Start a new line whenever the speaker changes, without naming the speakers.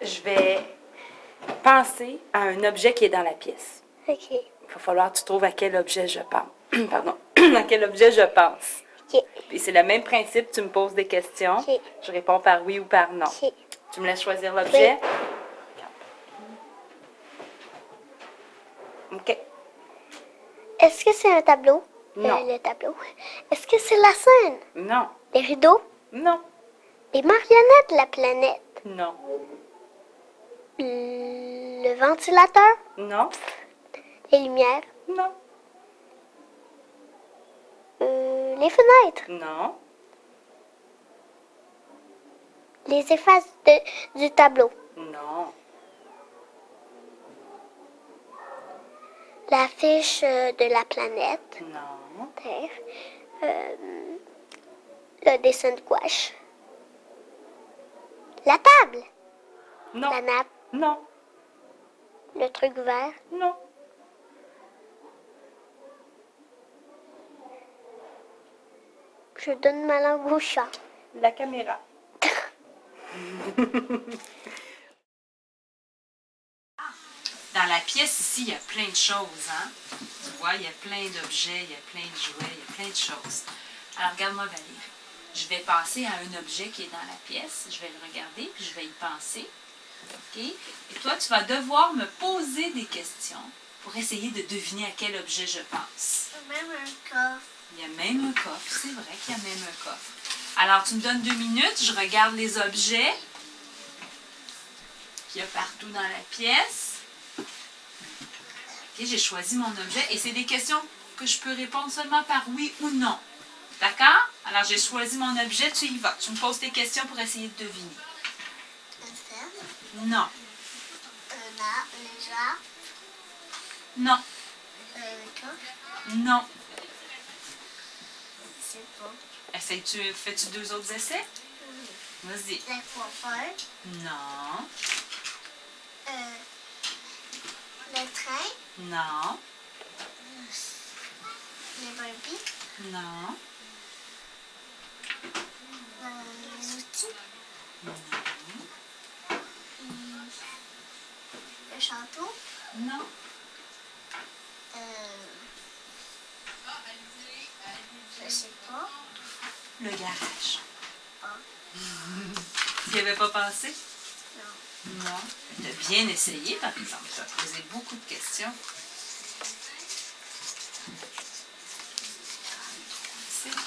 je vais penser à un objet qui est dans la pièce.
OK.
Il va falloir que tu trouves à quel objet je pense. Pardon. à quel objet je pense.
OK.
Puis c'est le même principe, tu me poses des questions.
Ok.
Je réponds par oui ou par non.
OK.
Tu me laisses choisir l'objet? OK.
Est-ce que c'est un tableau?
Non.
Euh, le tableau. Est-ce que c'est la scène?
Non.
Des rideaux?
Non.
Des marionnettes de la planète?
Non.
Le ventilateur?
Non.
Les lumières?
Non.
Euh, les fenêtres?
Non.
Les effaces de- du tableau?
Non.
L'affiche euh, de la planète?
Non.
Terre? Euh, le dessin de gouache? La table? La
Non.
nappe?
Non.
Le truc vert?
Non.
Je donne ma langue au chat.
La caméra. Dans la pièce ici, il y a plein de choses, hein? Tu vois, il y a plein d'objets, il y a plein de jouets, il y a plein de choses. Alors regarde-moi Valérie. Je vais passer à un objet qui est dans la pièce, je vais le regarder, puis je vais y penser. OK? Et toi, tu vas devoir me poser des questions pour essayer de deviner à quel objet je pense.
Même un coffre.
Il y a même un coffre, c'est vrai qu'il y a même un coffre. Alors, tu me donnes deux minutes, je regarde les objets qu'il y a partout dans la pièce. Ok, j'ai choisi mon objet et c'est des questions que je peux répondre seulement par oui ou non. D'accord? Alors, j'ai choisi mon objet, tu y vas. Tu me poses tes questions pour essayer de deviner.
Une scène,
Non,
un arbre, déjà,
non,
un coffre,
non.
c'est bon.
Essaye-tu, fais-tu deux autres essais? Vas-y.
La coiffeur,
Non,
euh, le train,
non,
les brebis,
non,
euh, les outils, hum, le château,
non.
euh, je sais pas,
Le garage. Tu n'y avais pas pensé?
non.
Non. Tu as bien essayé, par exemple. Tu as posé beaucoup de questions.